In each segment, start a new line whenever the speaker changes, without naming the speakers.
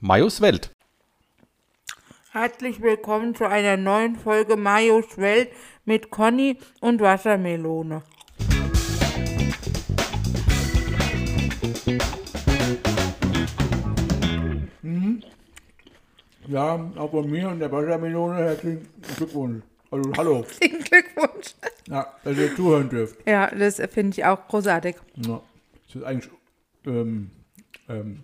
Majos Welt.
Herzlich willkommen zu einer neuen Folge Majos Welt mit Conny und Wassermelone.
Ja, auch von mir und der Wassermelone herzlichen Glückwunsch. Also hallo,
Herzlichen Glückwunsch.
ja, dass ihr zuhören dürft.
Ja, das finde ich auch großartig.
Ja. Es ist eigentlich, ähm, ähm,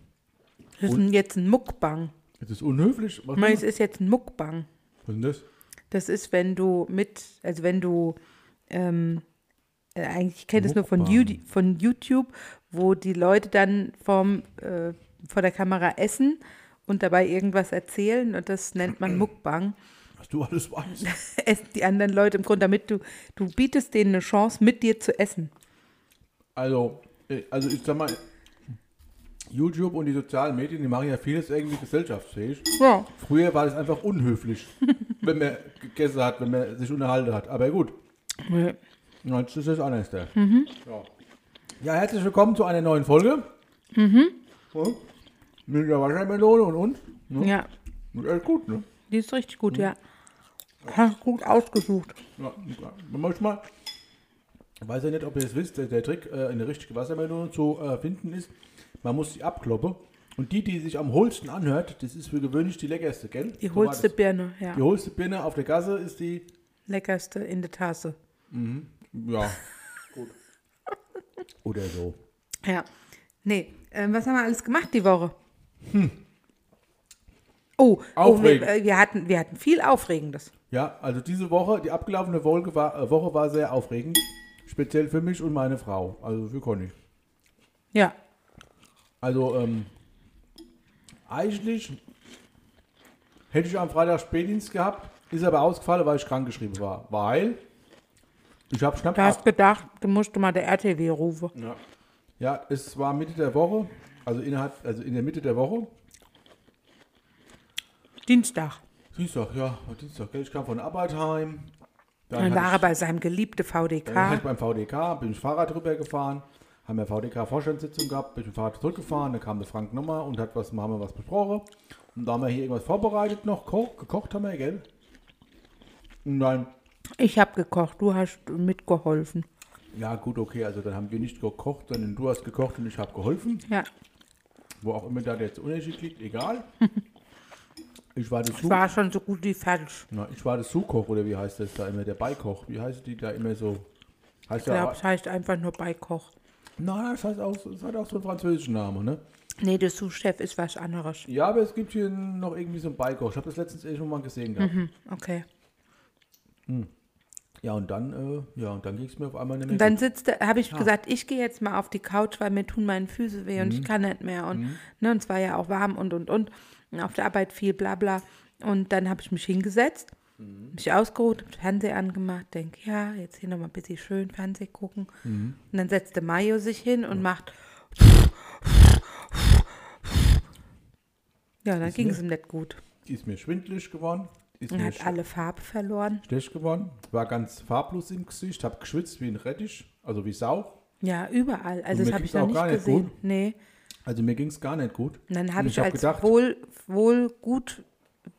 Das ist ein- jetzt ein Muckbang.
es ist unhöflich. Was,
Meins
was ist
ist jetzt ein Muckbang.
denn das?
Das ist, wenn du mit, also wenn du, ähm, äh, eigentlich kenne es nur von,
Mukbang.
Juti- von YouTube, wo die Leute dann vom, äh, vor der Kamera essen und dabei irgendwas erzählen und das nennt man Muckbang.
Was du alles weißt.
Essen die anderen Leute im Grunde, damit du, du bietest denen eine Chance, mit dir zu essen.
Also, äh, also ich sag mal, YouTube und die sozialen Medien, die machen ja vieles irgendwie gesellschaftsfähig.
Ja.
Früher war das einfach unhöflich, wenn man gegessen hat, wenn man sich unterhalten hat. Aber gut, Ja, Jetzt ist es anders. da.
Mhm.
Ja. ja, herzlich willkommen zu einer neuen Folge.
Mhm.
So, mit der Wassermelone und uns.
Ja,
Das ist echt gut, ne?
die ist richtig gut, ja. Hast gut ausgesucht.
Ja, ja. manchmal, ich weiß ja nicht, ob ihr es wisst, der- der Trick, äh, eine richtige Wassermelone zu äh, finden ist, man muss sie abkloppen. Und die, die sich am holsten anhört, das ist für gewöhnlich die leckerste, gell?
Die
So war
holste
das.
Birne, ja.
Die holste Birne auf der Gasse ist die,
Leckerste in der Tasse.
ja, gut. Oder so.
Ja. Nee, ähm, was haben wir alles gemacht die Woche? Hm. Oh, oh wir,
Aufregend.
äh, wir, hatten, wir hatten viel Aufregendes.
Ja, also diese Woche, die abgelaufene Folge war, äh, Woche war sehr aufregend. Speziell für mich und meine Frau, also für Conny.
Ja.
Also, ähm, eigentlich hätte ich am Freitag Spätdienst gehabt, ist aber ausgefallen, weil ich krankgeschrieben war. Weil ich habe Schnapp
Du hast gedacht, du musst mal der RTW rufen.
Ja. ja, es war Mitte der Woche, also innerhalb, also in der Mitte der Woche.
Dienstag.
Dienstag, ja, war Dienstag, gell? ich kam von der Arbeit heim.
Dann
hatte
war
ich-
er bei seinem geliebten
Dann bin Äh, ich
VDK.
beim VDK, bin ich Fahrrad rübergefahren, haben wir VDK-Vorstandssitzung gehabt, bin ich mit dem Fahrrad zurückgefahren, dann kam der Frank nochmal und hat was, haben wir was besprochen. Und da haben wir hier irgendwas vorbereitet noch, ko- gekocht haben wir, gell? Und dann,
Ich habe gekocht, du hast mitgeholfen.
ja gut, okay, also dann haben wir nicht gekocht, sondern du hast gekocht und ich habe geholfen.
Ja,
Wo auch immer da jetzt Unterschied liegt, egal. Ich war das
ich war schon so gut wie fertig.
Na, ich war das Zukoch oder wie heißt das da immer, der Beikoch, wie heißt die da immer so?
Ich
Heißt ja,
glaube, es heißt einfach nur Beikoch.
nein, das heißt auch, das hat auch so einen französischen Namen, ne?
Nee, der Sous-Chef ist was anderes.
Ja, aber es gibt hier noch irgendwie so einen Beikoch. Ich habe das letztens eh schon mal gesehen gehabt.
Hm, okay.
Ja, und dann, äh, ja, und dann ging es mir auf einmal nicht mehr
Und dann sitzt habe ich gesagt, ich gehe jetzt mal auf die Couch, weil mir tun meine Füße weh und
Mhm.
ich kann nicht mehr. Und, ne, und es war ja auch warm und, und, und. Und Auf der Arbeit viel, bla, bla. Und dann habe ich mich hingesetzt,
Mhm.
mich ausgeruht, hab Fernseher angemacht, denke, ja, jetzt hier nochmal ein bisschen schön Fernseh gucken.
Mhm.
Und dann setzte Mayo sich hin und macht. Ja, dann ging es ihm nicht gut.
gut. Ist mir schwindelig geworden. Ist
Er
mir
hat
sch
alle Farbe verloren.
schlecht geworden. War ganz farblos im Gesicht. Hab geschwitzt wie ein Rettich. Also wie Sau.
Ja, überall. Also
Und
das
mir
habe
ging's
ich noch
auch
nicht
gar nicht
gesehen.
gut.
Nee.
Also mir ging es gar nicht gut.
Und dann habe
Und
ich,
hab
als
gedacht,
wohl, wohl gut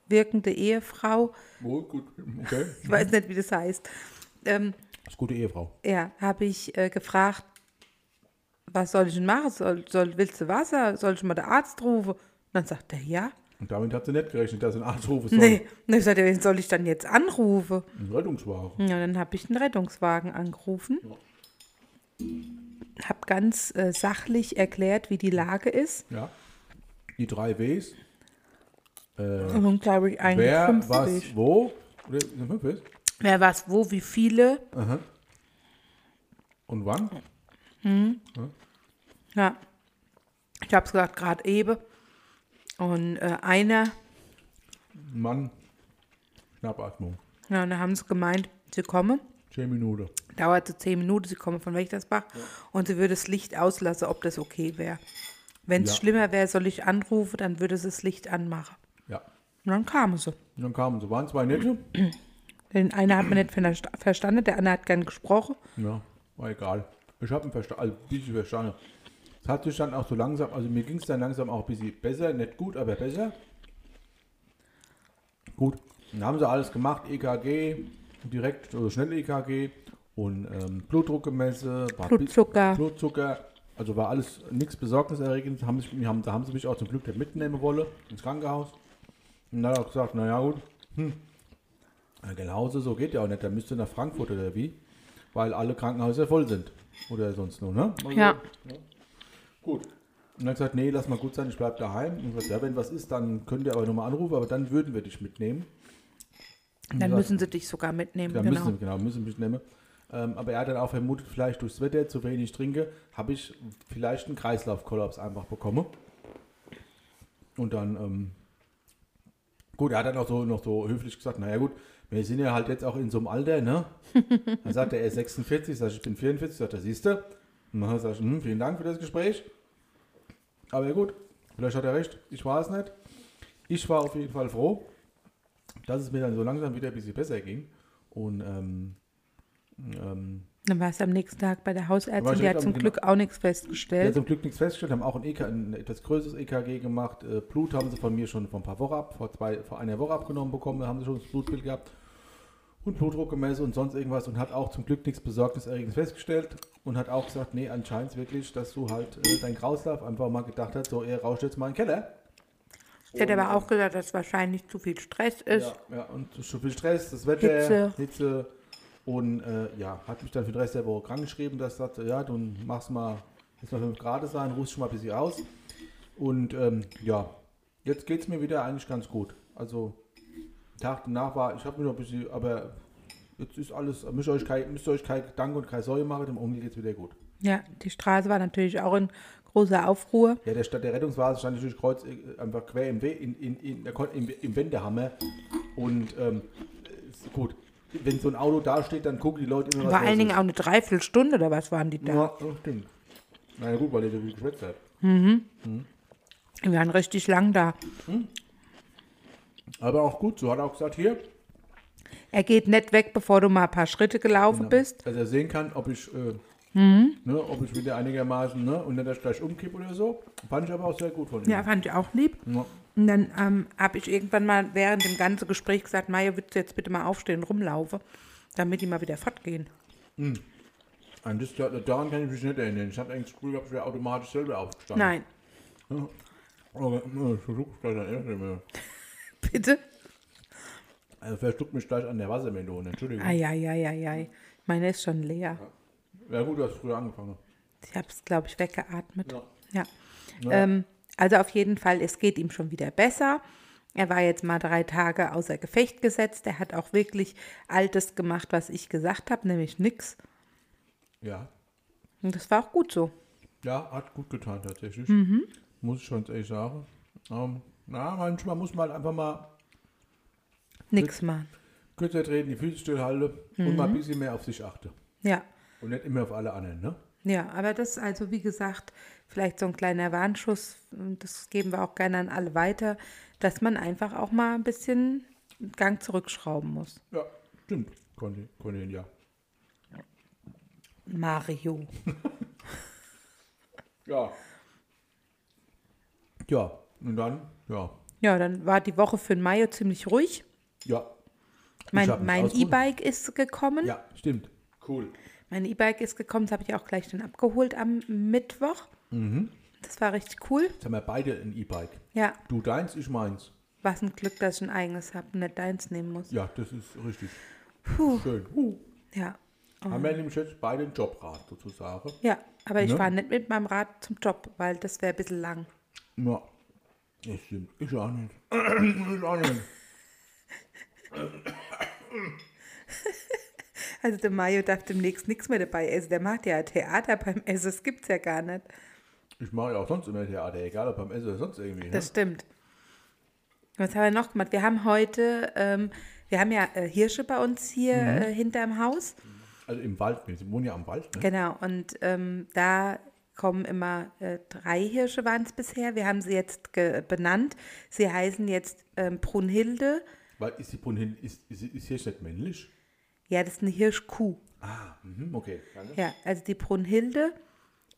wirkende Ehefrau,
wohl gut, okay.
ich weiß nicht, wie das heißt, ähm,
Das ist gute Ehefrau.
ja, habe ich äh, gefragt, was soll ich denn machen? Soll, soll, willst du Wasser? Soll ich mal den Arzt rufen? Und dann sagt er, ja.
Und damit hat sie nicht gerechnet, dass ein Arzt rufen soll.
Nee. Und dann sagt er, wen soll ich dann jetzt anrufen?
Ein Rettungswagen.
Ja, dann habe ich einen Rettungswagen angerufen. Habe ganz äh, sachlich erklärt, wie die Lage ist.
Ja. Die drei Ws. Äh,
Und glaube ich, eigentlich
Wer,
fünf
was,
Fisch.
wo. Oder sind fünf Ws?
Wer, was, wo, wie viele.
Und wann?
Ja. Ich habe es gesagt, gerade eben. Und äh, einer,
Mann. Schnappatmung.
ja, und da haben sie gemeint, sie kommen.
Zehn Minuten.
Dauerte zehn Minuten, sie kommen von Wächtersbach. Und sie würde das Licht auslassen, ob das okay wäre. Wenn es
Ja.
schlimmer wäre, soll ich anrufen, dann würde sie das Licht anmachen.
Ja.
Und dann kamen sie.
Und dann kamen sie, waren zwei nette.
Den einen hat man nicht versta- verstanden, der andere hat gern gesprochen.
Ja, war egal. Ich habe ihn verstanden, also ein bisschen verstanden. Es hat sich dann auch so langsam, also mir ging es dann langsam auch ein bisschen besser, nicht gut, aber besser. Gut, dann haben sie alles gemacht, EKG, direkt, also schnell EKG und ähm, Blutdruck gemessen, war bi-
Blutzucker.
Blutzucker, also war alles nichts besorgniserregendes, haben sich, haben, da haben sie mich auch zum Glück nicht mitnehmen wollen ins Krankenhaus. Und dann hat er gesagt, naja gut, hm. Gelhause, so geht ja auch nicht, da müsste nach Frankfurt oder wie, weil alle Krankenhäuser voll sind oder sonst nur, ne? Also,
Ja.
Gut. Und dann gesagt, nee, lass mal gut sein, ich bleib daheim. Und gesagt, ja, wenn was ist, dann könnt ihr aber nochmal anrufen, aber dann würden wir dich mitnehmen.
Dann müssen sie dich sogar mitnehmen,
Ja,
genau.
müssen, genau, müssen mich nehmen. Ähm, aber er hat dann auch vermutet, vielleicht durchs Wetter, zu wenig trinke, habe ich vielleicht einen Kreislaufkollaps einfach bekomme. Und dann, ähm, gut, er hat dann auch so, noch so höflich gesagt, naja gut, wir sind ja halt jetzt auch in so einem Alter, ne? Dann sagt er, er ist 46, sag ich, ich bin 44, sagt er, siehst du? Und dann sag ich, hm, vielen Dank für das Gespräch. Aber ja gut, vielleicht hat er recht, ich war es nicht. Ich war auf jeden Fall froh, dass es mir dann so langsam wieder ein bisschen besser ging. Und ähm, ähm,
Dann war es am nächsten Tag bei der
War
Hausärztin,
ich
die
nicht
hat
am-
zum
genau.
Glück auch nichts
wir haben
festgestellt.
zum Glück nichts festgestellt, haben auch ein, EK, ein etwas größeres EKG gemacht. Äh, Blut haben sie von mir schon vor ein paar Wochen ab, vor, zwei, vor einer Woche abgenommen bekommen, da haben sie schon das Blutbild gehabt. Und Blutdruck gemessen und sonst irgendwas und hat auch zum Glück nichts Besorgniserregendes festgestellt und hat auch gesagt, nee, anscheinend wirklich, dass du halt äh, dein Krauslauf einfach mal gedacht hast, so, er rauscht jetzt mal in den Keller.
Sie hat aber auch gesagt, dass wahrscheinlich zu viel Stress ist.
Ja, ja und zu viel Stress, das Wetter, Hitze.
Hitze.
Und äh, ja, hat mich dann für den Rest der Woche krankgeschrieben, dass sagt, ja, du machst mal, jetzt mal 5 Grad sein, ruhst schon mal ein bisschen aus. Und ähm, ja, jetzt geht es mir wieder eigentlich ganz gut. Also, Tag danach war, ich habe mich noch ein bisschen, aber jetzt ist alles, müsst ihr euch kein, müsst ihr euch kein Gedanken und keine Sorge machen, dem Onkel geht es wieder gut.
Ja, die Straße war natürlich auch in großer Aufruhr.
Ja, der, Stadt, der Rettungswagen stand natürlich kreuz, äh, einfach quer im, We in, in, in, der Kon- im, im Wendehammer. Und ähm, ist gut, wenn so ein Auto da steht, dann gucken die Leute immer, was
Vor
los
allen Dingen
ist.
auch eine Dreiviertelstunde oder was waren die da?
Ja, das stimmt. Na ja, gut, weil ihr so viel geschwätzt habt.
Die waren richtig lang da.
Aber auch gut, so hat er auch gesagt, hier,
Er geht nicht weg, bevor du mal ein paar Schritte
Genau.
gelaufen bist. Mhm.
dass er sehen kann, ob ich, äh, ne, ob ich wieder einigermaßen, ne, und dann das gleich umkipp oder so. Fand ich aber auch sehr gut von ihm.
Ja, fand ich auch lieb.
Ja.
Und dann ähm, habe ich irgendwann mal während dem ganzen Gespräch gesagt, Maja, willst du jetzt bitte mal aufstehen und rumlaufen, damit die mal wieder fortgehen.
An das, daran kann ich mich nicht erinnern. Ich hatte eigentlich das Gefühl, gehabt, ich wäre automatisch selber aufgestanden.
Nein,
Okay, ich versuch's gleich dann erst einmal.
bitte.
Also verstuckt mich gleich an der Wassermelone, Entschuldigung.
Eieieiei. Meine ist schon leer.
Ja gut, du hast früher angefangen.
Ich habe es, glaube ich, weggeatmet.
Ja.
Ja. Ähm, also auf jeden Fall, es geht ihm schon wieder besser. Er war jetzt mal drei Tage außer Gefecht gesetzt. Er hat auch wirklich all das gemacht, was ich gesagt habe, nämlich nichts.
Ja.
Und das war auch gut so.
Ja, hat gut getan tatsächlich. Muss ich schon ehrlich sagen. Ähm, na, manchmal muss man halt einfach mal
Nix machen.
kürzer treten, die Füße stillhalten und mal ein bisschen mehr auf sich achten.
Ja.
Und nicht immer auf alle anderen, ne?
Ja, aber das ist also, wie gesagt, vielleicht so ein kleiner Warnschuss. Und Das geben wir auch gerne an alle weiter, dass man einfach auch mal ein bisschen Gang zurückschrauben muss.
Ja, stimmt. Conny, Conny, ja.
Mario.
Ja. Ja, und dann, ja.
Ja, dann war die Woche für den Mayo ziemlich ruhig.
Ja. Ich hab
Mein
mich
mein
ausgeruht.
E-Bike ist gekommen.
Ja, stimmt. Cool.
Mein E-Bike ist gekommen, das habe ich auch gleich dann abgeholt am Mittwoch.
Mhm.
Das war richtig cool.
Jetzt haben wir beide ein E-Bike.
Ja,
Du deins, ich meins.
was ein Glück, dass ich ein eigenes habe und nicht deins nehmen muss. Ja.
Ja, das ist richtig.
Puh.
Schön. Huh.
Ja,
Haben wir nämlich jetzt beide einen Jobrad sozusagen.
aber ich
Ne?
fahre nicht mit meinem Rad zum Job, weil das wäre ein bisschen lang.
Ja. Das stimmt. Ich auch nicht. ich auch nicht.
Also der Mario darf demnächst nichts mehr dabei essen. Der macht ja Theater beim Essen, das gibt's ja gar nicht.
Ich mache ja auch sonst immer Theater, egal ob beim Essen oder sonst irgendwie. Ne?
Das stimmt. Was haben wir noch gemacht? Wir haben heute, ähm, wir haben ja äh, Hirsche bei uns hier
Mhm.
äh, hinterm Haus.
Also im Wald. Wir wohnen ja am Wald. Ne?
Genau, und ähm, da kommen immer äh, drei Hirsche waren es bisher. Wir haben sie jetzt ge- benannt. Sie heißen jetzt ähm, Brunhilde.
Weil ist die Brunnen, ist, ist, ist hier nicht männlich?
Ja, das ist eine Hirschkuh.
Ah, mhm, okay. Danke.
Ja, also die Brunhilde,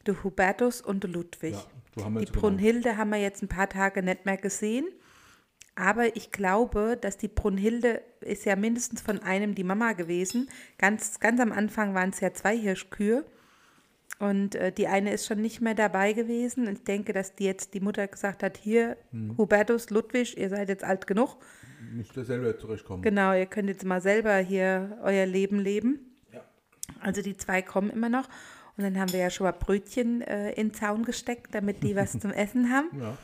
der Hubertus und der Ludwig.
so haben wir
die
jetzt genommen.
Brunhilde haben wir jetzt ein paar Tage nicht mehr gesehen. Aber ich glaube, dass die Brunhilde ist ja mindestens von einem die Mama gewesen. Ganz, ganz am Anfang waren es ja zwei Hirschkühe. Und äh, die eine ist schon nicht mehr dabei gewesen. Und ich denke, dass die jetzt die Mutter gesagt hat, hier,
Hm.
Hubertus, Ludwig, ihr seid jetzt alt genug.
Müsst ihr selber zurechtkommen.
Genau, ihr könnt jetzt mal selber hier euer Leben leben. Also die zwei kommen immer noch. Und dann haben wir ja schon mal Brötchen äh, in den Zaun gesteckt, damit die was zum Essen haben.
Ja.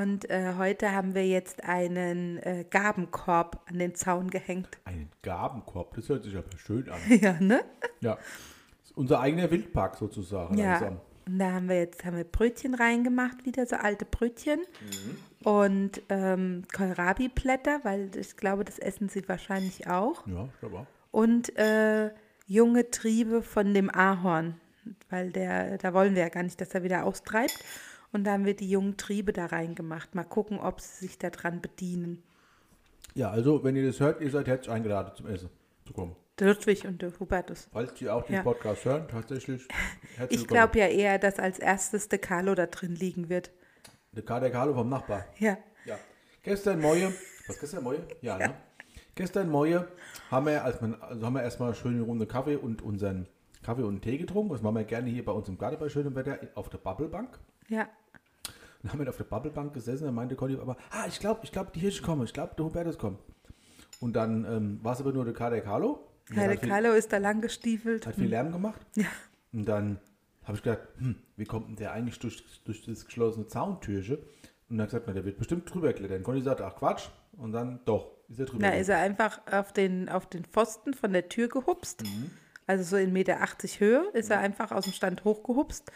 Und äh, heute haben wir jetzt einen äh, Gabenkorb an den Zaun gehängt.
Einen Gabenkorb, das hört sich aber schön an.
ja, ne?
ja. Ist unser eigener Wildpark sozusagen.
Ja.
langsam.
Und da haben wir jetzt haben wir Brötchen reingemacht, wieder so alte Brötchen und ähm, Kohlrabi-Blätter, weil ich glaube, das essen sie wahrscheinlich auch.
Ja, ich glaube auch.
Und äh, junge Triebe von dem Ahorn, weil der, da wollen wir ja gar nicht, dass er wieder austreibt. Und da haben wir die jungen Triebe da reingemacht. Mal gucken, ob sie sich daran bedienen.
Ja, also, wenn ihr das hört, ihr seid herzlich eingeladen zum Essen zu kommen.
Der Ludwig und der Hubertus.
Falls ihr auch den
Ja.
Podcast hören, tatsächlich herzlich
Ich glaube ja eher, dass als erstes der Carlo da drin liegen wird.
Der Kader Carlo vom Nachbar.
Ja.
Ja. Gestern Moje, was gestern Moje? Ja, ne? Gestern Moje haben wir, als man, also haben wir erstmal eine schöne Runde Kaffee und unseren Kaffee und Tee getrunken. Das machen wir gerne hier bei uns im Garten bei schönem Wetter auf der Bubblebank.
Ja.
Dann haben wir auf der Bubblebank gesessen, dann meinte Conny aber, ah, ich glaube, ich glaube, die Hirsch kommen, ich glaube, der Hubertus kommt. Und dann ähm, war es aber nur der Kader Carlo.
ja
Und das
der
hat viel-
Carlo ist da lang gestiefelt.
Hat viel Lärm gemacht.
Ja.
Und dann habe ich gedacht, hm, wie kommt denn der eigentlich durch, durch das geschlossene Zauntürchen? Und dann gesagt, na, der wird bestimmt drüber klettern. Conny sagt, ach Quatsch. Und dann doch, ist er drüber.
Na,
geklettert.
ist er einfach auf den, auf den Pfosten von der Tür gehupst.
Mhm.
Also so in Meter 80 Höhe ist er einfach aus dem Stand hochgehupst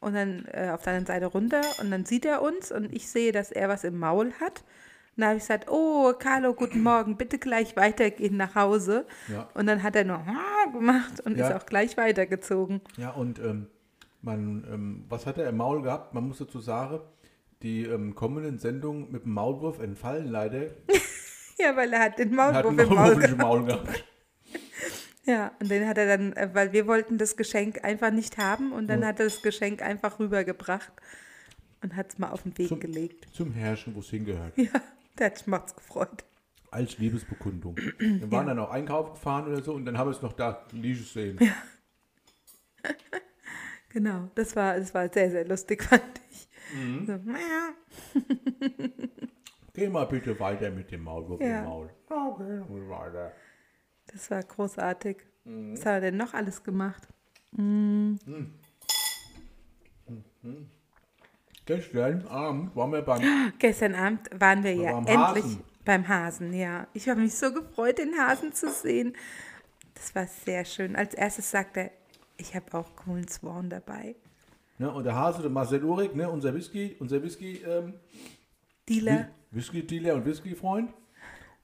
und dann äh, auf der anderen Seite runter und dann sieht er uns und ich sehe, dass er was im Maul hat. Und da habe ich gesagt, oh, Carlo, guten Morgen, bitte gleich weitergehen nach Hause.
Ja.
Und dann hat er nur "Ah," gemacht und
Ja.
ist auch gleich weitergezogen.
Ja, und ähm, man, ähm, was hat er im Maul gehabt? Man muss dazu sagen, die ähm, kommenden Sendungen mit dem Maulwurf entfallen leider.
Ja, weil er hat den
Er hat
Maulwurf
einen
im Maul
Maulwurf
gehabt.
im Maul gehabt.
Ja, und den hat er dann, äh, weil wir wollten das Geschenk einfach nicht haben und dann hat er das Geschenk einfach rübergebracht und hat es mal auf den Weg
Zum-
gelegt.
Zum Herrschen, wo es hingehört.
Ja, der hat Schmerz gefreut.
Als Liebesbekundung. Wir waren dann auch einkaufen gefahren oder so und dann haben wir es noch da liegen sehen.
Genau, das war, das war sehr, sehr lustig, fand ich.
Mhm.
So, miau.
Geh mal bitte weiter mit dem Maulwurf
Ja.
im Maul. Okay, und weiter.
Das war großartig.
Mhm.
Was haben wir denn noch alles gemacht?
Gestern Abend waren wir beim.
Gestern Abend waren wir ja
beim
endlich
Hasen.
beim Hasen, ja. Ich habe mich so gefreut, den Hasen zu sehen. Das war sehr schön. Als erstes sagte er, ich habe auch coolen Swan dabei.
Ne, und der Hase, der Marcel Uhrig, ne, unser Whisky, unser Whisky, ähm,
Dealer.
Whisky-Dealer und Whisky-Freund.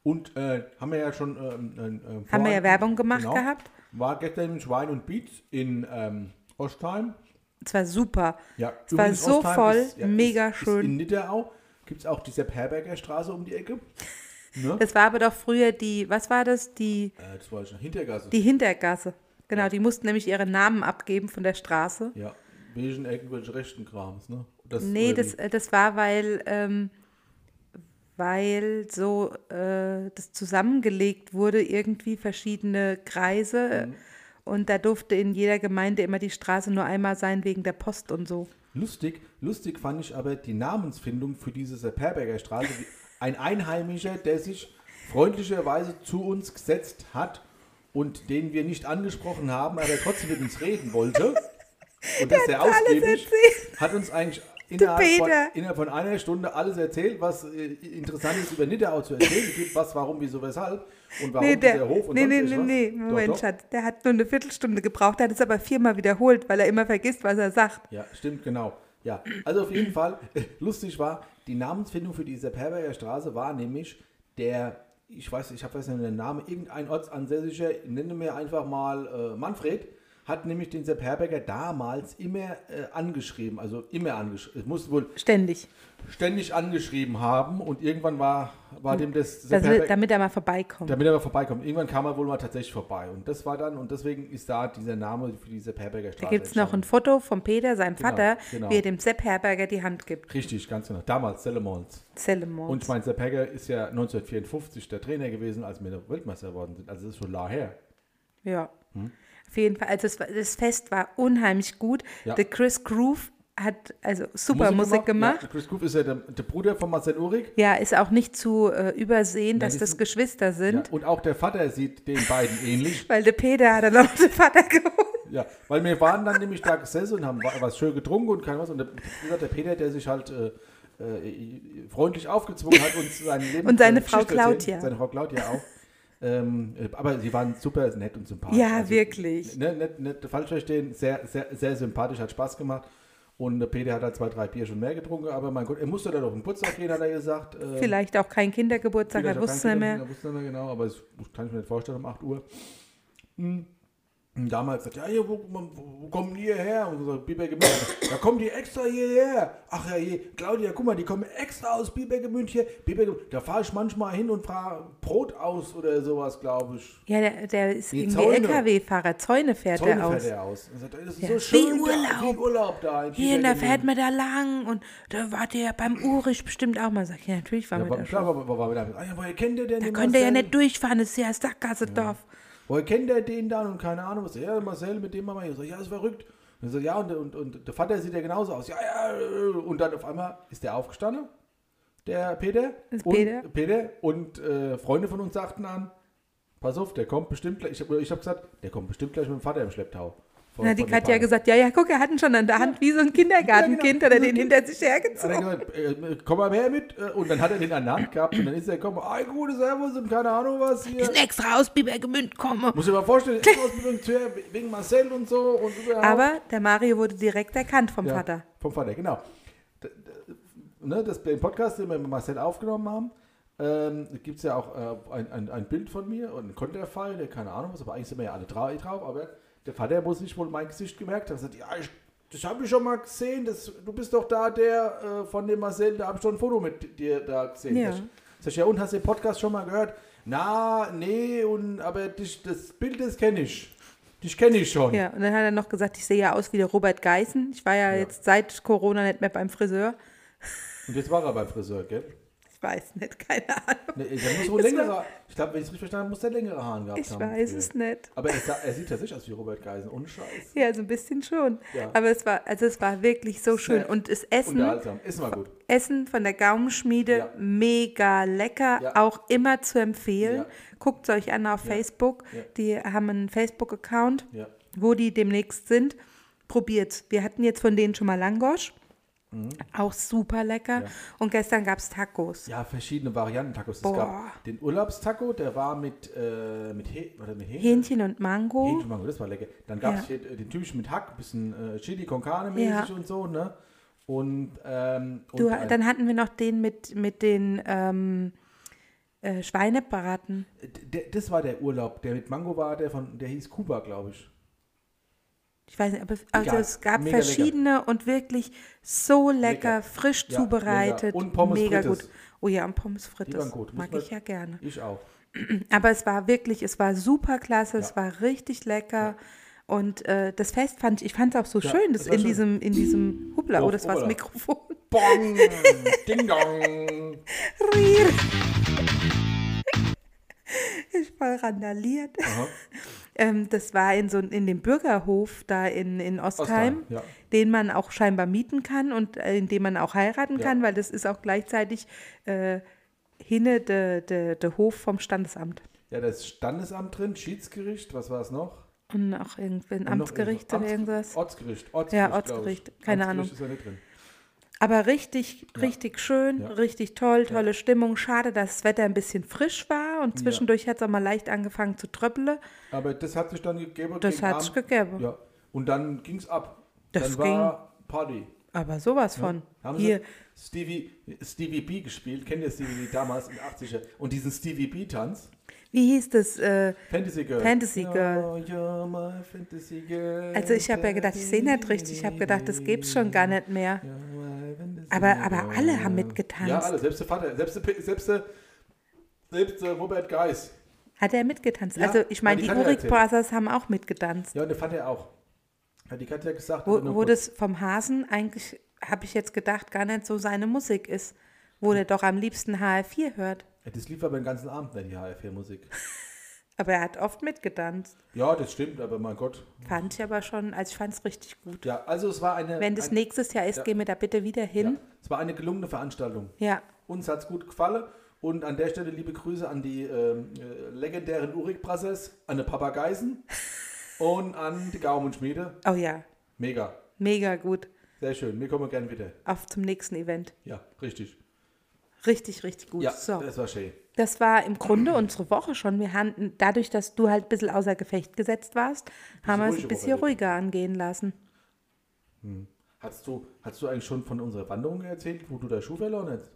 Und äh, haben wir ja schon. Ähm, ähm, äh,
Haben wir ja
vorhin-
Werbung gemacht
genau,
gehabt.
War gestern im Schwein und Beats in ähm, Ostheim.
Es war super.
Ja,
es war
übrigens,
so
Ostheim
voll,
ist- ja,
mega
ist, Ist in
schön.
Nitterau gibt es auch die Sepp-Herberger Straße um die Ecke.
das war aber doch früher die, was war das? Die,
Äh, das war ich noch Hintergasse.
die Hintergasse. Genau, die mussten nämlich ihren Namen abgeben von der Straße.
Ja, wegen irgendwelchen rechten Krams, ne? Das,
Nee,
oder
das,
wie?
äh, das war, weil, ähm, weil so äh, das zusammengelegt wurde, irgendwie verschiedene Kreise.
Mhm.
Und da durfte in jeder Gemeinde immer die Straße nur einmal sein wegen der Post und so.
Lustig, lustig fand ich aber die Namensfindung für diese Sepp Herberger Straße. Wie Ein Einheimischer, der sich freundlicherweise zu uns gesetzt hat und den wir nicht angesprochen haben, aber trotzdem mit uns reden wollte. Und das sehr
alles
ausgiebig hat uns eigentlich innerhalb von,
Peter.
innerhalb von einer Stunde alles erzählt, was äh, interessant ist über Nidderau zu erzählen gibt, was, warum, wieso, weshalb und warum
Nee, der,
dieser Hof und
nee,
sonst
nee, nee,
irgendwas.
nee,
Doch,
Moment,
doch.
Schatz. Der hat nur eine Viertelstunde gebraucht, der hat es aber viermal wiederholt, weil er immer vergisst, was er sagt.
Ja, stimmt, genau. Ja, also auf jeden Fall, lustig war, die Namensfindung für diese Perberger Straße war nämlich der, ich weiß, ich habe weiß nicht den Namen, irgendein ortsansässischer, nenne mir einfach mal äh, Manfred, hat nämlich den Sepp Herberger damals immer äh, angeschrieben. Also immer angeschrieben. Es muss wohl
Ständig.
ständig angeschrieben haben und irgendwann war, war dem das Sepp
Dass er,
Herberger-
damit er mal vorbeikommt.
damit er mal vorbeikommt. Irgendwann kam er wohl mal tatsächlich vorbei. Und das war dann, und deswegen ist da dieser Name für diese Perberger Straße.
Da gibt es
entstanden.
noch ein Foto von Peter, seinem Vater,
genau.
wie er dem Sepp Herberger die Hand gibt.
Richtig, ganz genau. Damals Sellemons.
Zellemons.
Und ich meine, Sepp Herger ist ja 1954 der Trainer gewesen, als wir Weltmeister geworden sind. Also das ist schon la her.
Ja.
Hm?
Auf jeden Fall. Also es war, das Fest war unheimlich gut.
Ja.
Der Chris Groove hat also super Musik gemacht.
Ja, Chris Goof ist ja der, der Bruder von Marcel Uhrig.
Ja. ist auch nicht zu äh, übersehen, dass
die
das
sind-
Geschwister
Ja,
sind,
und auch der Vater sieht den beiden ähnlich.
weil der Peter hat dann auch den Vater geholt.
Ja, weil wir waren dann nämlich da gesessen und haben wa- was schön getrunken und kein was. Und der, wie gesagt, der Peter, der sich halt äh, äh, freundlich aufgezwungen hat, uns sein Leben
Und seine
äh,
Frau
Geschichte zu
Claudia.
erzählen. Seine Frau Claudia auch. Ähm, äh, aber sie waren super nett und sympathisch.
Ja, wirklich.
Ne, nicht, nicht falsch verstehen, sehr, sehr, sehr sympathisch, hat Spaß gemacht. Und der Peter hat halt zwei, drei Bier schon mehr getrunken, aber mein Gott, er musste da doch einen Putz gehen, hat er gesagt. Ähm,
Vielleicht auch kein Kindergeburtstag, er
Vielleicht auch
wusste
kein
nicht
Kinder-
mehr.
Er wusste nicht mehr genau, aber das kann ich mir nicht vorstellen um 8 Uhr. Hm. Und damals sagt, ja, hier, wo, wo, wo kommen die hierher? Und so Bibergemünd, da kommen die extra hierher. Ach ja, je, Claudia, guck mal, die kommen extra aus Bibergemünd hier. Bibergemünd, da fahre ich manchmal hin und fahre Brot aus oder sowas, glaube ich.
Ja, der, der ist
Die
irgendwie
Zäune.
LKW-Fahrer. Zäune fährt
Zäune
er
fährt
aus.
er aus. Und sagt, das ist
Ja,
so
wie
schön Da,
Urlaub.
wie Urlaub da. In
Hier, da
Bibergemünd.
fährt man da lang und da wart ihr ja beim Urich bestimmt auch mal. Sag ich, ja, natürlich waren
Ja,
wir
aber
da
klar,
schon.
war, war, war wieder. Ah, ja, woher kennt ihr denn
Da
den
könnt ihr ja
Marcel?
nicht durchfahren, das ist ja Sackgasse-Dorf.
Woher kennt er den dann und keine Ahnung was? Ja, Marcel, mit dem haben wir hier. So, ja, ist verrückt. Und so, ja, und, und, und der Vater sieht ja genauso aus. Ja, ja. äh. Und dann auf einmal ist der aufgestanden, der Peter.
Ist
und,
Peter.
Peter. Und äh, Freunde von uns sagten an, pass auf, der kommt bestimmt gleich. Ich habe ich hab gesagt, der kommt bestimmt gleich mit dem Vater im Schlepptau. Von-
Na, die
von der
hat ja
Party.
gesagt, ja, ja, guck, er hat ihn schon an der Hand, wie so ein Kindergartenkind,
Ja, genau.
hat er den hinter sich
Hat er
hergezogen.
gesagt, äh, komm mal her mit. Äh, Und dann hat er den an der Hand gehabt. Und dann ist er gekommen, ein gutes Servus und keine Ahnung was hier.
Ich bin extra aus Bibergemünd komme.
Muss ich mal vorstellen, ich Ausbildung zu wegen Marcel und so und überhaupt.
Aber der Mario wurde direkt erkannt vom
Ja,
Vater.
Vom Vater, genau. D- d- Ne, das, den Podcast, den wir mit Marcel aufgenommen haben, ähm, gibt es ja auch äh, ein, ein, ein Bild von mir und ein Konterfall, der keine Ahnung was, aber eigentlich sind wir ja alle drei drauf, aber der Vater muss sich wohl mein Gesicht gemerkt haben. Er sagt, ja, ich, das habe ich schon mal gesehen, das, du bist doch da der äh, von dem Marcel, da habe ich schon ein Foto mit dir da gesehen.
Ja.
Sag ich- Sag ich, ja und, hast du den Podcast schon mal gehört? Na, nee, und, aber dich, das Bild, das kenne ich. Dich kenne ich schon.
Ja, und dann hat er noch gesagt, ich sehe ja aus wie der Robert Geißen. Ich war ja, jetzt seit Corona nicht mehr beim Friseur.
Und jetzt war er beim Friseur, gell?
Ich weiß nicht, keine Ahnung.
Nee, Ne, der muss wohl
Das
längere,
war-
ich glaube, wenn ich es richtig verstanden habe, muss der längere Haaren gehabt
Ich
haben.
weiß
früher.
es nicht.
Aber er, sah, er sieht tatsächlich aus wie Robert Geisen, ohne Scheiß.
Ja, so ein bisschen schon.
Ja.
Aber es war, also es war wirklich so schön.
Sehr
Und das Essen,
Unterhaltsam, ist mal gut.
Essen von der Gaumenschmiede,
Ja.
mega lecker,
Ja.
auch immer zu empfehlen.
Ja.
Guckt es euch an auf Facebook.
Ja.
Die haben einen Facebook-Account,
Ja.
wo die demnächst sind. Probiert's. Wir hatten jetzt von denen schon mal Langosch.
Mhm.
Auch super lecker. Und gestern gab es Tacos.
Ja, verschiedene Varianten Tacos. Es
Boah.
gab den Urlaubstaco, der war mit, äh, mit, He warte, mit Hähnchen.
Hähnchen und Mango.
Hähnchen, Mango, das war lecker. Dann gab es
Ja.
hier äh, den typischen mit Hack, bisschen äh, Chili con carne mäßig
Ja.
und so, ne? Und, ähm, und
Du,
ein-
dann hatten wir noch den mit, mit den ähm, äh, Schweinebraten.
d- das war der Urlaub, der mit Mango war, der von, der hieß Kuba, glaube ich.
Ich weiß nicht, aber also
Egal.
es gab
Mega lecker.
verschiedene und wirklich so lecker,
Lecker.
frisch
Ja,
zubereitet.
lecker. Und Pommes
mega
Frites.
gut. Oh ja, und Pommes
Die waren
frites.
gut. Muss
Mag
man-
ich ja gerne.
Ich auch.
Aber es war wirklich, es war super klasse, es
Ja.
war richtig lecker. Und äh, das Fest fand ich, ich fand es auch so
Ja,
schön, das
das war
in
schön.
diesem, in diesem Hubla, oh,
Oh,
das war das
Hubla.
Mikrofon.
Bong! Ding dong!
Ich war randaliert.
Aha.
Ähm, das war in so in dem Bürgerhof da in, in Ostheim,
Ostheim, ja.
den man auch scheinbar mieten kann und äh, in dem man auch heiraten kann, weil das ist auch gleichzeitig äh, hinne der de, de Hof vom Standesamt.
Ja, da ist Standesamt drin, Schiedsgericht, was war es noch?
Und auch irgendwie ein
Und noch
Amtsgericht
irgendwas.
oder irgendwas.
Ortsgericht, Ortsgericht.
Ja,
glaub ich.
Ortsgericht, keine
Amtsgericht
Ahnung.
Ist ja nicht drin.
Aber richtig, richtig schön,
Ja.
richtig toll, tolle Stimmung. Schade, dass das Wetter ein bisschen frisch war und zwischendurch hat es auch mal leicht angefangen zu tröpple.
Aber das hat sich dann gegeben.
Das
gegen
hat sich
Abend.
gegeben.
Ja. Und dann ging es ab.
Das
dann war Party.
Aber sowas von.
Haben
Hier,
Sie Stevie, Stevie B gespielt? Kennt ihr Stevie B damals in den 80er? Und diesen Stevie B-Tanz?
wie hieß das? Äh,
Fantasy Girl.
Fantasy Girl.
Oh, you're my Fantasy Girl.
also ich habe ja gedacht, ich sehe nicht richtig. Ich habe gedacht, das gibt's schon gar nicht mehr.
You're my Fantasy
Aber, aber alle haben
Girl. Äh, Ja, alle.
mitgetanzt.
Selbst der Vater. Selbst der, P- selbst der, selbst der Robert Geis.
Hat er mitgetanzt?
Ja,
also ich meine,
die
die
kann ja
Urik
erzählen.
Brothers haben auch mitgetanzt.
Ja, und der Vater auch. Hat die Katja gesagt.
Wo,
also nur
wo
kurz.
das vom Hasen eigentlich, habe ich jetzt gedacht, gar nicht so seine Musik ist. Wo der doch am liebsten HR4 hört.
das lief aber den ganzen Abend, wenn die HFR-Musik.
Aber er hat oft mitgedanzt.
Ja, das stimmt, aber mein Gott.
Fand ich aber schon, also ich fand es richtig gut.
Ja, also es war eine.
Wenn das
ein,
nächstes Jahr ist,
Ja.
gehen wir da bitte wieder
ja,
hin.
Es war eine gelungene Veranstaltung.
Ja.
Uns hat es gut gefallen. Und an der Stelle liebe Grüße an die ähm, äh, legendären Urik Brassers, an den Papageisen und an die Gaumenschmiede.
Oh ja,
Mega.
mega gut.
Sehr schön. Wir kommen gerne wieder.
Auf zum nächsten Event.
Ja, richtig.
Richtig, richtig gut.
Ja,
so.
das war schön.
Das war im Grunde unsere Woche schon. Wir haben, dadurch, dass du halt ein bisschen außer Gefecht gesetzt warst, haben wir es
ruhige
ein bisschen
Woche.
ruhiger angehen lassen.
Hast du, hast du eigentlich schon von unserer Wanderung erzählt, wo du da Schuh verloren hast?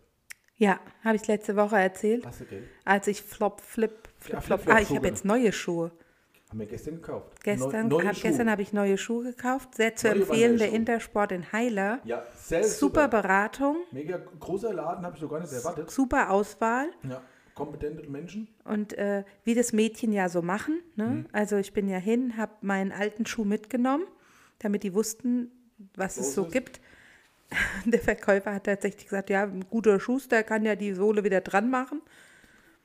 Ja, habe ich letzte Woche erzählt,
Hast du, gell?
als ich flop, flip, flip,
Ja,
flop.
Flip-Flop-Schuhe.
Ah, ich habe jetzt neue Schuhe.
Haben wir gestern gekauft.
Gestern,
Neu- neue
hab,
Schuhe.
gestern habe ich neue Schuhe gekauft. Sehr zu
Neue
empfehlen, der
Wanderschuhe.
Intersport in Heiler.
Ja, sehr
super,
super.
Beratung,
Mega großer Laden, habe ich so gar nicht erwartet.
super Auswahl
Ja, kompetente Menschen.
und äh, wie das Mädchen ja so machen. Ne?
Mhm.
Also ich bin ja hin, habe meinen alten Schuh mitgenommen, damit die wussten, was
los
es so
ist?
gibt. Der Verkäufer hat tatsächlich gesagt, ja, ein guter Schuster kann ja die Sohle wieder dran machen.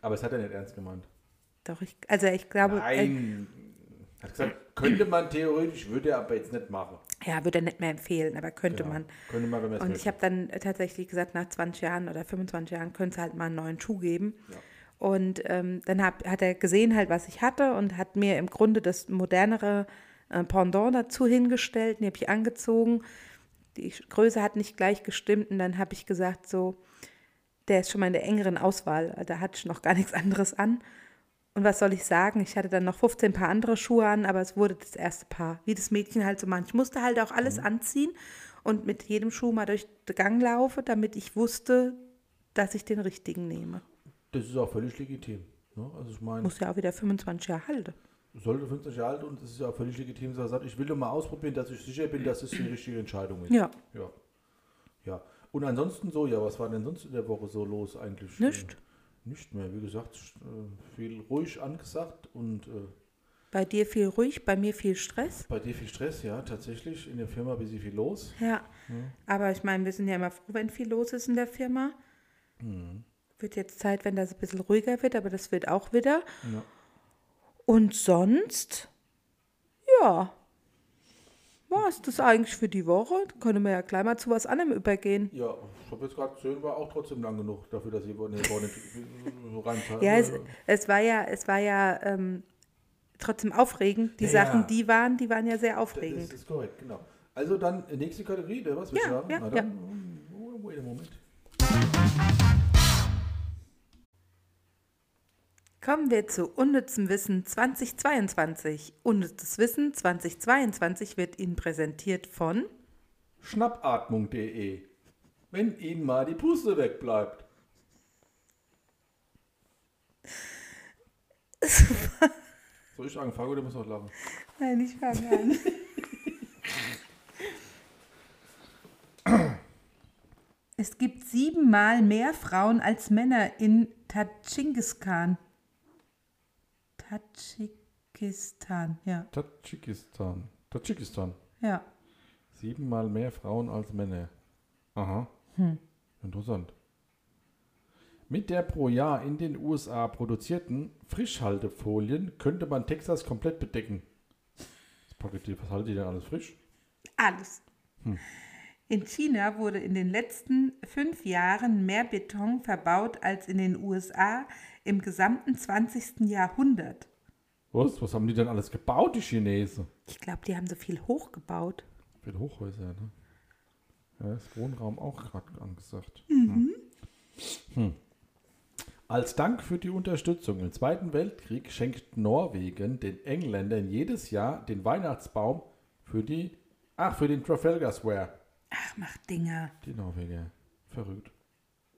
Aber es hat er nicht ernst gemeint.
Doch, ich, also ich glaube, äh,
Nein. Hat gesagt, könnte man theoretisch, würde er aber jetzt nicht machen.
äh, ja, würde er nicht mehr empfehlen, aber könnte
Ja,
man.
Könnte man, wenn man es
Und ich
möchte.
habe dann äh, tatsächlich gesagt, nach 20 Jahren oder 25 Jahren könnte es halt mal einen neuen Schuh geben. Und ähm, dann hab, hat er gesehen halt, was ich hatte und hat mir im Grunde das modernere äh, Pendant dazu hingestellt. Den habe ich angezogen. Die Sch- Größe hat nicht gleich gestimmt und dann habe ich gesagt so, der ist schon mal in der engeren Auswahl. Da hatte ich noch gar nichts anderes an. Und was soll ich sagen? Ich hatte dann noch 15 Paar andere Schuhe an, aber es wurde das erste Paar. Wie das Mädchen halt so macht. Ich musste halt auch alles anziehen und mit jedem Schuh mal durch den Gang laufe, damit ich wusste, dass ich den richtigen nehme.
Das ist auch völlig legitim. Ne? Also ich meine,
Muss ja auch wieder 25 Jahre halten.
sollte 50 Jahre alt und es ist ja auch völlig legitim, dass er sagt, ich will doch mal ausprobieren, dass ich sicher bin, dass es die richtige Entscheidung ist.
Ja.
Ja. ja. Und ansonsten so, ja, was war denn sonst in der Woche so los eigentlich?
Nicht.
Äh, Nicht mehr, wie gesagt, äh, viel ruhig angesagt und äh,
Bei dir viel ruhig, bei mir viel Stress.
bei dir viel Stress, ja, tatsächlich. In der Firma busy viel los.
Ja.
Hm.
Aber ich meine, wir sind ja immer froh, wenn viel los ist in der Firma.
Hm.
Wird jetzt Zeit, wenn das ein bisschen ruhiger wird, aber das wird auch wieder.
Ja.
Und sonst, ja, war es das eigentlich für die Woche? Dann können wir ja gleich mal zu was anderem übergehen.
Ja, ich habe jetzt gerade gesehen, war auch trotzdem lang genug dafür, dass sie wollen, nee, wollen nicht rein.
Ja, es, es war ja, es war ja ähm, trotzdem aufregend. Die
Ja, ja.
Sachen, die waren, die waren ja sehr
Das
aufregend.
ist korrekt, genau. Also dann äh, nächste Kategorie, oder was willst
Ja,
du sagen?
ja,
Na dann, oh, wait a moment.
Kommen wir zu Unnützem Wissen 2022. Unnützes Wissen 2022 wird Ihnen präsentiert von
Schnappatmung.de Wenn Ihnen mal die Puste wegbleibt. Soll ich anfangen oder muss ich noch lachen?
Nein, ich fange an. es gibt siebenmal mehr Frauen als Männer in Tadschikistan. Tadschikistan, ja,
Tadschikistan. Tadschikistan.
ja.
Siebenmal mehr Frauen als Männer. Aha. Interessant. Mit der pro Jahr in den USA produzierten Frischhaltefolien könnte man Texas komplett bedecken. Das packt die, was haltet ihr denn alles frisch?
Alles. In China wurde in den letzten fünf Jahren mehr Beton verbaut als in den USA im gesamten 20. Jahrhundert.
Was? Was haben die denn alles gebaut, die Chinesen?
Ich glaube, die haben so viel hochgebaut.
Viele Hochhäuser, ne? Ja, ist Wohnraum auch gerade angesagt. Hm. Hm. Als Dank für die Unterstützung im Zweiten Weltkrieg schenkt Norwegen den Engländern jedes Jahr den Weihnachtsbaum für die, ach, für den Trafalgar Square.
Ach, mach Dinger.
Die Norweger. Verrückt.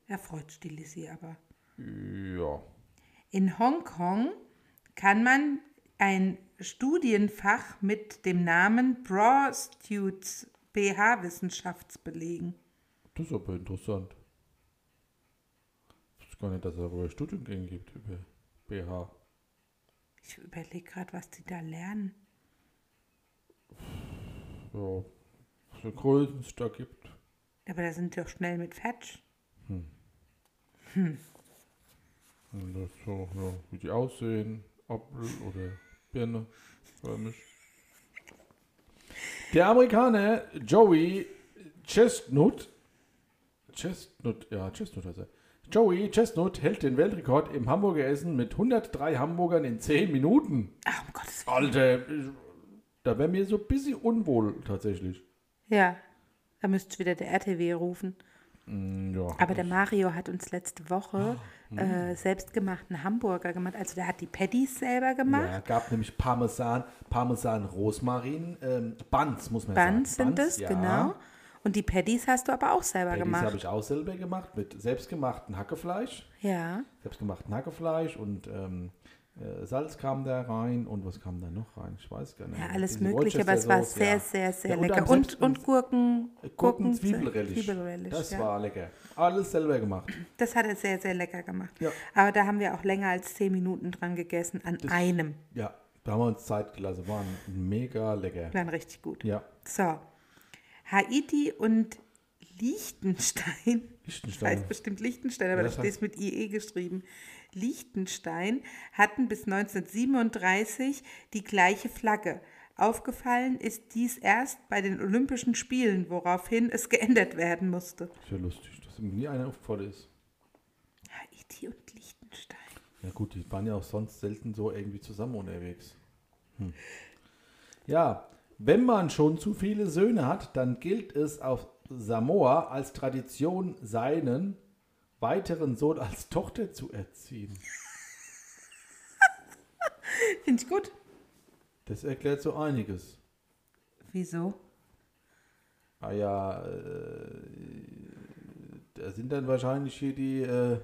Da freut sich die Lissy aber.
Ja.
In Hongkong kann man ein Studienfach mit dem Namen Prostitutes BH-Wissenschafts belegen.
Das ist aber interessant. Ich wusste gar nicht, dass es darüber ein Studium gehen gibt, über BH.
Ich überlege gerade, was die da lernen.
Ja. Was für Größen es da gibt.
Aber da sind die doch schnell mit Fetch.
Und das so, ja, wie die aussehen. Apfel oder Birne. Römisch. Der Amerikaner Joey Chestnut. Chestnut, ja, Chestnut heißt er. Joey Chestnut hält den Weltrekord im Hamburger Essen mit 103 Hamburgern in 10 Minuten.
Ach, um Gottes Willen.
Alter, ich- da wäre mir so ein bisschen unwohl tatsächlich.
Ja, da müsste wieder der RTW rufen.
Ja.
Aber der Mario hat uns letzte Woche
Ah,
äh, selbstgemachten Hamburger gemacht. Also der hat die Patties selber
hm. ja,
gemacht.
gab nämlich Parmesan, Parmesan, Rosmarin, ähm, Buns muss man sagen.
Buns sind es,
ja.
genau. Und die Patties hast du aber auch selber
Ja, Dies
gemacht.
habe ich auch selber gemacht mit selbstgemachten Hackefleisch.
Ja.
Selbstgemachten Hackefleisch und ähm, äh, Salz kam da rein und was kam da noch rein? Ich weiß gar nicht.
Ja, alles
Diese
mögliche, aber es war
Worcestersoße,
sehr,
ja.
sehr, sehr
Ja,
lecker.
am
Und,
selbst-
und Gurken,
Gurken, Zwiebelrelish.
Zwiebelrelish,
Das
ja.
war lecker. Alles selber gemacht.
Das hat er sehr, sehr lecker gemacht.
Ja.
Aber da haben wir auch länger als zehn Minuten dran gegessen, an einem.
Ja, da haben wir uns Zeit gelassen. War mega lecker.
Dann richtig gut.
Ja,
So. Haiti und Liechtenstein.
Liechtenstein.
Heißt bestimmt Liechtenstein, aber
Ja,
da
das
steht es mit IE geschrieben. Liechtenstein hatten bis 1937 die gleiche Flagge. Aufgefallen ist dies erst bei den Olympischen Spielen, woraufhin es geändert werden musste.
ist ja lustig, dass ihm nie einer aufgefallen ist.
Haiti und Liechtenstein.
Ja gut, die waren ja auch sonst selten so irgendwie zusammen unterwegs. Hm. Ja, wenn man schon zu viele Söhne hat, dann gilt es auf Samoa als Tradition, seinen weiteren Sohn als Tochter zu erziehen.
Finde ich gut.
Das erklärt so einiges.
Wieso?
Ah ja, äh, da sind dann wahrscheinlich hier die, äh,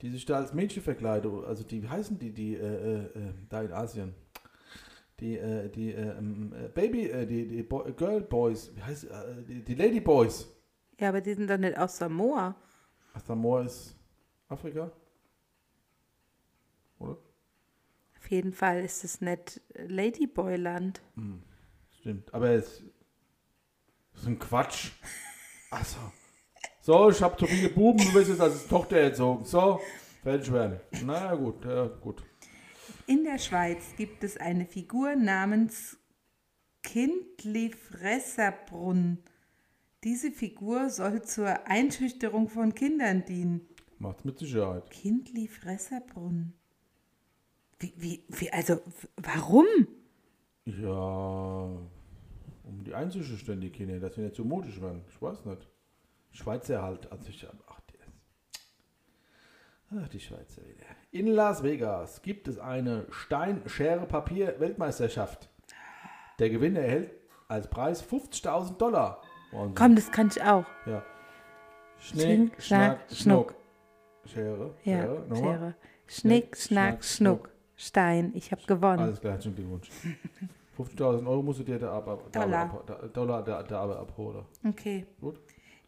die sich da als Mädchen verkleiden. Also die, wie heißen die, die äh, äh, äh, da in Asien? Die, äh, die äh, ähm, äh, Baby, äh, die, die Bo Girl Boys, wie heißt äh, die, die Lady Boys.
Ja, aber die sind doch nicht aus Samoa.
Ach, Samoa ist Afrika? Oder?
Auf jeden Fall ist es nicht Ladyboyland.
Stimmt, aber es ist ein Quatsch. Achso. So, ich hab zu viele Buben, du bist jetzt als Tochter erzogen. So, fertig werden. Na ja, gut, ja, gut.
In der Schweiz gibt es eine Figur namens Kindlifresserbrunn. Diese Figur soll zur Einschüchterung von Kindern dienen.
Macht's mit Sicherheit.
Kindlifresserbrunn. Wie, wie, wie, also, w- warum?
Ja, um die einzuschüchtern, die Kinder, dass sie nicht zu modisch werden. Ich weiß nicht. Schweizer halt. Also ich, ach, die, ach, die Schweizer wieder. In Las Vegas gibt es eine Stein-Schere-Papier-Weltmeisterschaft. Der Gewinner erhält als Preis 50.000 Dollar. Wahnsinn.
Komm, das kann ich auch.
Ja.
Schnick, schnack,
Schnick, schnack,
schnuck.
schnuck. Schere,
Ja,
Schere,
Schere.
nochmal.
Schnick,
Schnick,
schnack,
schnack, Also.
schnuck. Stein, ich habe gewonnen.
Alles klar, herzlichen Glückwunsch. 50.000 Euro musst du dir da ab, ab, da
Dollar.
ab da, Dollar da, da ab, abholen.
Okay.
Gut.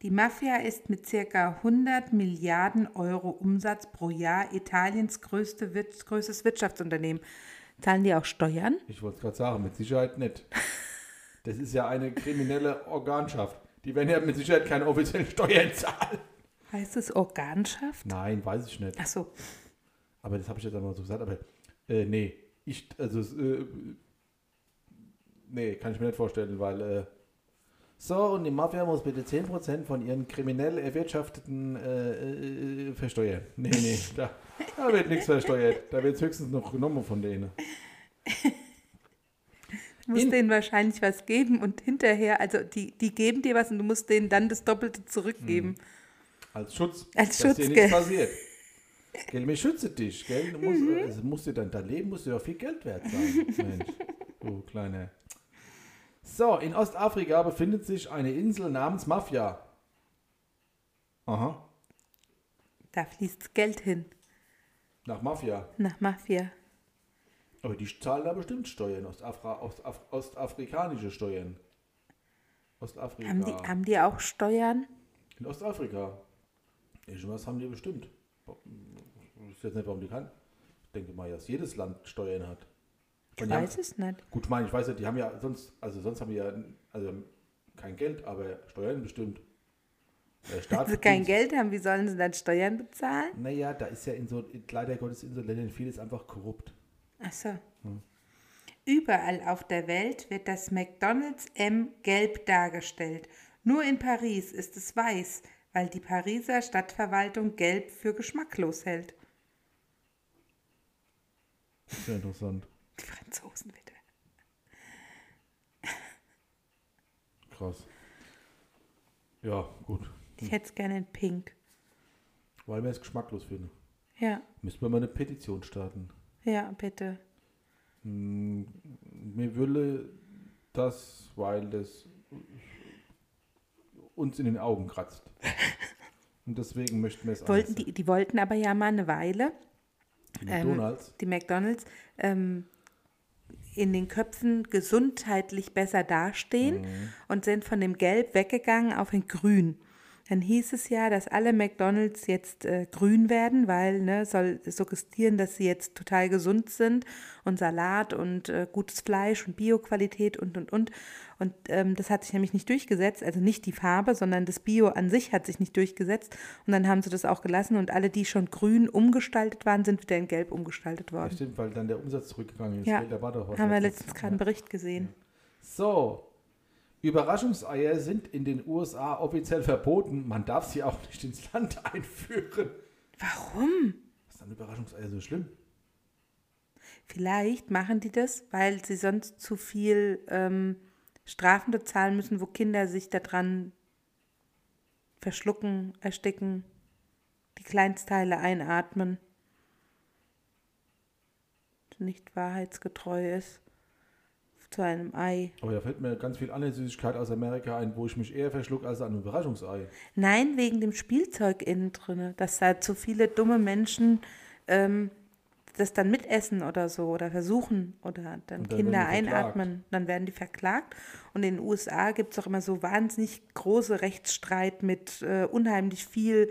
Die Mafia ist mit ca. 100 Milliarden Euro Umsatz pro Jahr Italiens größte, Wir- größtes Wirtschaftsunternehmen. Zahlen die auch Steuern?
Ich wollte es gerade sagen, mit Sicherheit nicht. Das ist ja eine kriminelle Organschaft. Die werden ja mit Sicherheit keine offiziellen Steuern zahlen.
Heißt es Organschaft?
Nein, weiß ich nicht.
Achso,
Aber das habe ich jetzt einmal so gesagt. Aber äh, nee, ich, also es, äh, nee, kann ich mir nicht vorstellen, weil äh, so und die Mafia muss bitte 10% von ihren kriminell erwirtschafteten äh, äh, versteuern. Nee, nee, da, da wird nichts versteuert. Da wird höchstens noch genommen von denen.
muss
In-
denen wahrscheinlich was geben und hinterher, also die, die geben dir was und du musst denen dann das Doppelte zurückgeben.
Hm. Als Schutz.
Als
dass
Schutz,
dir
gell.
nichts passiert. Gell, mir schütze dich, gell? Du musst, äh, es muss dir dann dein Leben muss dir auch viel Geld wert sein. Mensch, du kleine. So, in Ostafrika befindet sich eine Insel namens Mafia. Aha,
Da fließt Geld hin.
nach Mafia.
Nach Mafia.
Aber die zahlen da bestimmt Steuern, Ostafra Ostaf ostafrikanische Steuern. Ostafrika.
Haben, die, haben die auch Steuern?
In Ostafrika. Irgendwas haben die bestimmt. Ich weiß jetzt nicht, warum die kann. Ich denke mal, dass jedes Land Steuern hat.
Ich
Und die haben-
weiß es nicht.
Gut, ich meine, ich weiß nicht, die haben ja sonst, also sonst haben die ja also kein Geld, aber Steuern bestimmt. Der
Wenn
Staat
sie Also kein
verdient-
Geld haben, wie sollen sie dann Steuern bezahlen?
Naja, da ist ja in so, leider Gottes in so Ländern vieles einfach korrupt.
Ach so.
Hm.
Überall auf der Welt wird das McDonald's M gelb dargestellt. Nur in Paris ist es weiß, weil die Pariser Stadtverwaltung gelb für geschmacklos hält.
Sehr interessant.
Die Franzosen bitte.
Krass. Ja, gut.
Ich hätte es gerne in pink.
Weil wir es geschmacklos finden.
Ja,
Müssen wir mal eine Petition starten.
ja, bitte.
Mir würde das, weil das uns in den Augen kratzt. Und deswegen möchten wir es
Wollten
anders
die, ähm, die wollten aber ja mal eine Weile,
sehen. McDonalds.
die McDonalds, ähm, in den Köpfen gesundheitlich besser dastehen und sind von dem Gelb weggegangen auf ein Grün. Dann hieß es ja, dass alle McDonalds jetzt äh, grün werden, weil ne, soll suggestieren, dass sie jetzt total gesund sind und Salat und äh, gutes Fleisch und Bioqualität und und und. Und ähm, das hat sich nämlich nicht durchgesetzt, also nicht die Farbe, sondern das Bio an sich hat sich nicht durchgesetzt. Und dann haben sie das auch gelassen und alle, die schon grün umgestaltet waren, sind wieder in gelb umgestaltet worden.
Ja, stimmt, weil dann der Umsatz zurückgegangen ist.
Ja,
gell? Da war doch was
haben wir
letztens.
letztens gerade einen Bericht gesehen.
So. Überraschungseier sind in den USA offiziell verboten. Man darf sie auch nicht ins Land einführen.
Warum?
Was ist an Überraschungseier so schlimm?
Vielleicht machen die das, weil sie sonst zu viel ähm, Strafen bezahlen müssen, wo Kinder sich daran verschlucken, ersticken, die Kleinstteile einatmen. Nicht wahrheitsgetreu ist zu einem Ei.
Aber da fällt mir ganz viel andere Süßigkeit aus Amerika ein, wo ich mich eher verschluck als an Überraschungsei.
Nein, wegen dem Spielzeug innen drin, dass da zu viele dumme Menschen ähm, das dann mitessen oder so oder versuchen oder dann,
Und dann
Kinder
werden die verklagt.
einatmen. Dann werden die verklagt. Und in den USA gibt es auch immer so wahnsinnig große Rechtsstreit mit äh, unheimlich viel,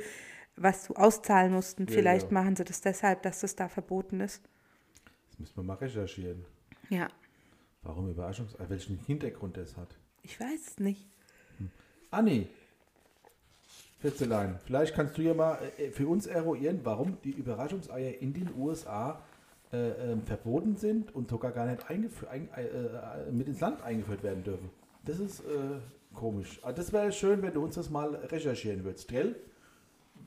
was du auszahlen musst. Und
Ja,
vielleicht
ja.
machen sie das deshalb, dass das da verboten ist.
Das müssen wir mal recherchieren.
Ja,
Warum Überraschungsei? Welchen Hintergrund das hat?
ich weiß es nicht.
Anni, Fitzelein, vielleicht kannst du ja mal äh, für uns eruieren, warum die Überraschungseier in den USA äh, ähm, verboten sind und sogar gar nicht eingefü- ein, äh, äh, mit ins Land eingeführt werden dürfen. Das ist äh, komisch. Aber das wäre schön, wenn du uns das mal recherchieren würdest, gell?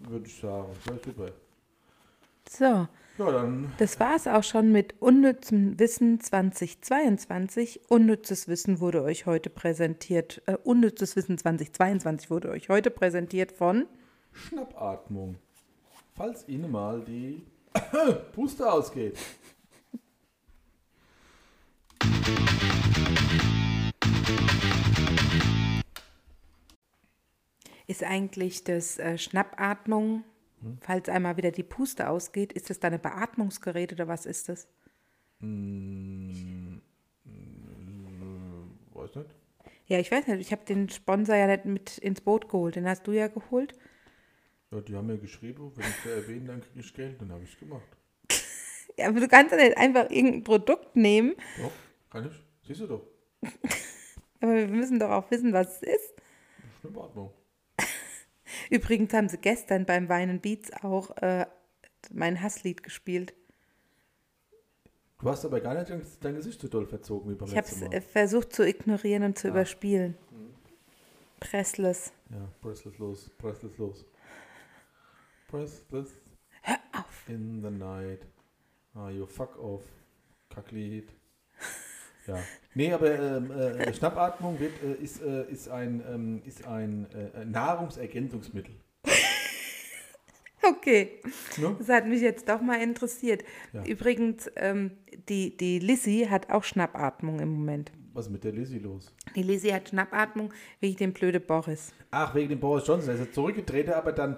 Würde ich sagen. Das wär super.
So.
Ja, dann
Das war es auch schon mit Unnützem Wissen 2022. Unnützes Wissen wurde euch heute präsentiert. Äh, Unnützes Wissen 2022 wurde euch heute präsentiert von.
Schnappatmung. Falls Ihnen mal die Puste ausgeht.
Ist eigentlich das äh, Schnappatmung, falls einmal wieder die Puste ausgeht, ist das dann ein Beatmungsgerät oder was ist das?
Weiß nicht.
Ja, ich weiß nicht. Ich habe den Sponsor ja nicht mit ins Boot geholt. Den hast du ja geholt.
Ja, die haben mir geschrieben, wenn ich da erwähne, dann kriege ich Geld. Dann habe ich es gemacht.
Ja, aber du kannst ja nicht einfach irgendein Produkt nehmen.
Doch, kann ich. Siehst du doch.
Aber wir müssen doch auch wissen, was es ist.
Schnappatmung.
Übrigens haben sie gestern beim Weinen Beats auch äh, mein Hasslied gespielt.
Du hast aber gar nicht dein, dein Gesicht so doll verzogen wie beim
Ich habe es
letzten Mal.
äh, versucht zu ignorieren und zu überspielen. Pressless.
ja, Breathless los, Breathless los. Breathless
Hör auf.
in the night. Ah, you fuck off. Kacklied. Ja. Nee, aber ähm, äh, Schnappatmung wird, äh, ist, äh, ist ein, ähm, ist ein äh, Nahrungsergänzungsmittel.
Okay,
Ne?
das hat mich jetzt doch mal interessiert.
Ja.
Übrigens, ähm, die, die Lissy hat auch Schnappatmung im Moment.
Was ist mit der Lizzie los?
Die Lizzie hat Schnappatmung wegen dem blöde Boris.
Ach, wegen dem Boris Johnson. Er ist jetzt zurückgetreten, aber dann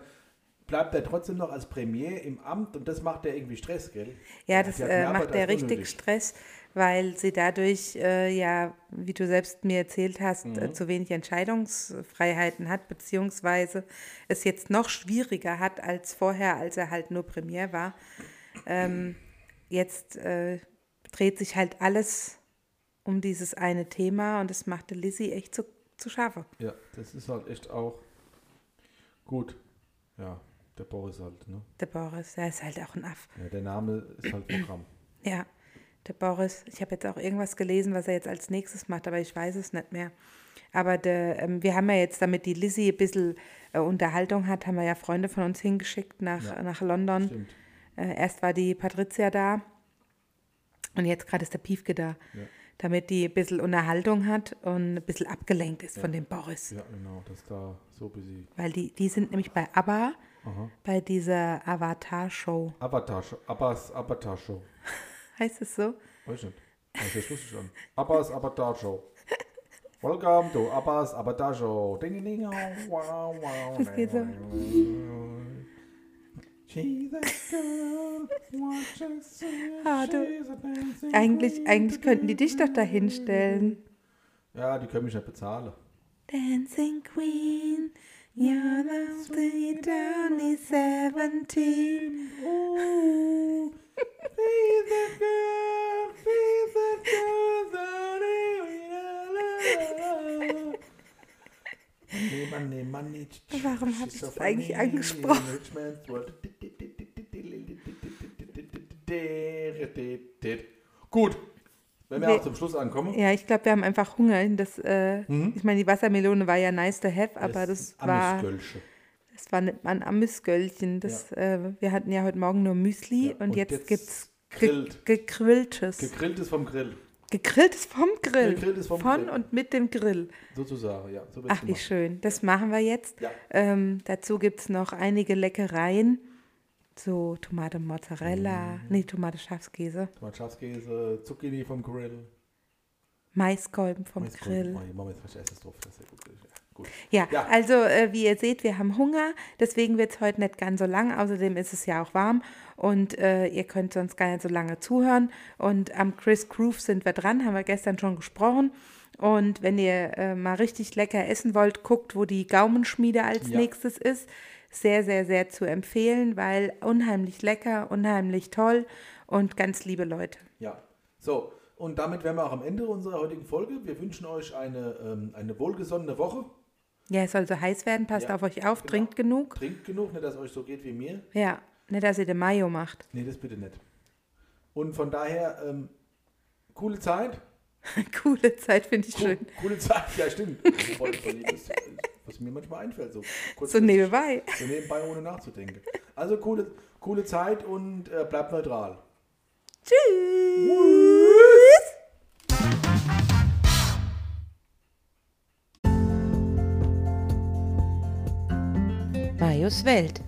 bleibt er trotzdem noch als Premier im Amt und das macht er irgendwie Stress, gell?
Ja, das
Die hat
äh,
mehr
macht
Arbeit
der
als
richtig
unnötig.
Stress, weil sie dadurch, äh, ja, wie du selbst mir erzählt hast,
Mhm.
äh, zu wenig Entscheidungsfreiheiten hat, beziehungsweise es jetzt noch schwieriger hat als vorher, als er halt nur Premier war. Ähm, jetzt äh, dreht sich halt alles um dieses eine Thema und das machte Lizzie echt zu, zu scharfe.
Ja, das ist halt echt auch gut. Ja, der Boris halt, ne?
Der Boris, der ist halt auch ein Aff.
Ja, der Name ist halt Programm.
Ja, der Boris, ich habe jetzt auch irgendwas gelesen, was er jetzt als nächstes macht, aber ich weiß es nicht mehr. Aber der, ähm, wir haben ja jetzt, damit die Lizzie ein bisschen äh, Unterhaltung hat, haben wir ja Freunde von uns hingeschickt nach,
Ja,
nach London.
Stimmt.
Äh, erst war die Patricia da und jetzt gerade ist der Piefke da,
Ja.
damit die ein bisschen Unterhaltung hat und ein bisschen abgelenkt ist von dem Boris.
Ja, genau, das da so busy.
Weil die, die sind nämlich bei ABBA,
Aha.
bei dieser Avatar-Show.
Avatar, Abbas Avatar Show.
Heißt es so?
Weiß nicht. Das ist lustig an. Abbas Avatar Show. Welcome to Abbas Avatar Show. Ding, ding, ding, oh, wow, wow.
Das geht so.
She's a girl, watch her sing,
Ah, du.
she's a dancing
Eigentlich,
queen.
eigentlich könnten die dich doch dahin stellen.
Ja, die können mich nicht bezahlen.
Dancing Queen, you're the sweet only 17.
Ooh, she's a girl, she's a girl that I love. Money, money, money.
Warum hab ich
So
das eigentlich
funny,
angesprochen?
rich man's world. Gut, wenn wir
Nee.
auch zum Schluss ankommen.
Ja, ich glaube, wir haben einfach Hunger. Das, äh,
Hm?
Ich meine, die Wassermelone war ja nice to have, aber das, war,
Amüsgölsche.
das war nicht mal ein Amüsgöllchen. Das, äh, wir hatten ja heute Morgen nur Müsli
Ja,
und,
und
jetzt,
jetzt
gibt's
grillt.
Ge gegrilltes.
Gegrilltes vom Grill,
gegrilltes vom Grill.
Gegrilltes vom
Von
Grill.
und mit dem Grill.
sozusagen. Ja, so wird's
Ach, wie
gemacht.
schön. Das machen wir jetzt.
Ja.
Ähm, dazu gibt es noch einige Leckereien. So Tomate Mozzarella, nee, Tomate Schafskäse,
Mal Schafskäse, äh, Zucchini vom Grill.
Maiskolben vom Grill.
Oh, hier machen wir jetzt was Essen drauf. Das ist ja gut. Ja, gut.
Ja,
Ja.
also äh, wie ihr seht, wir haben Hunger, deswegen wird es heute nicht ganz so lang. Außerdem ist es ja auch warm und äh, ihr könnt sonst gar nicht so lange zuhören. Und am Chris Groove sind wir dran, haben wir gestern schon gesprochen. Und wenn ihr äh, mal richtig lecker essen wollt, guckt, wo die Gaumenschmiede als
Ja.
nächstes ist. Sehr, sehr, sehr zu empfehlen, weil unheimlich lecker, unheimlich toll und ganz liebe Leute.
Ja, so. Und damit wären wir auch am Ende unserer heutigen Folge. Wir wünschen euch eine, ähm, eine wohlgesonnene Woche.
Ja, es soll so heiß werden, passt
Ja,
auf euch auf,
genau.
trinkt genug.
Trinkt genug, nicht dass euch so geht wie mir.
Ja, nicht, dass ihr den Mayo macht.
Nee, das bitte nicht. Und von daher, ähm, coole Zeit.
Coole Zeit, finde ich
Cool,
schön.
coole Zeit, ja stimmt. Wobei, das- Was mir manchmal einfällt, so, kurz
So nebenbei.
so nebenbei, ohne nachzudenken. Also coole, coole Zeit und äh, bleibt neutral.
Tschüss. Majos Welt.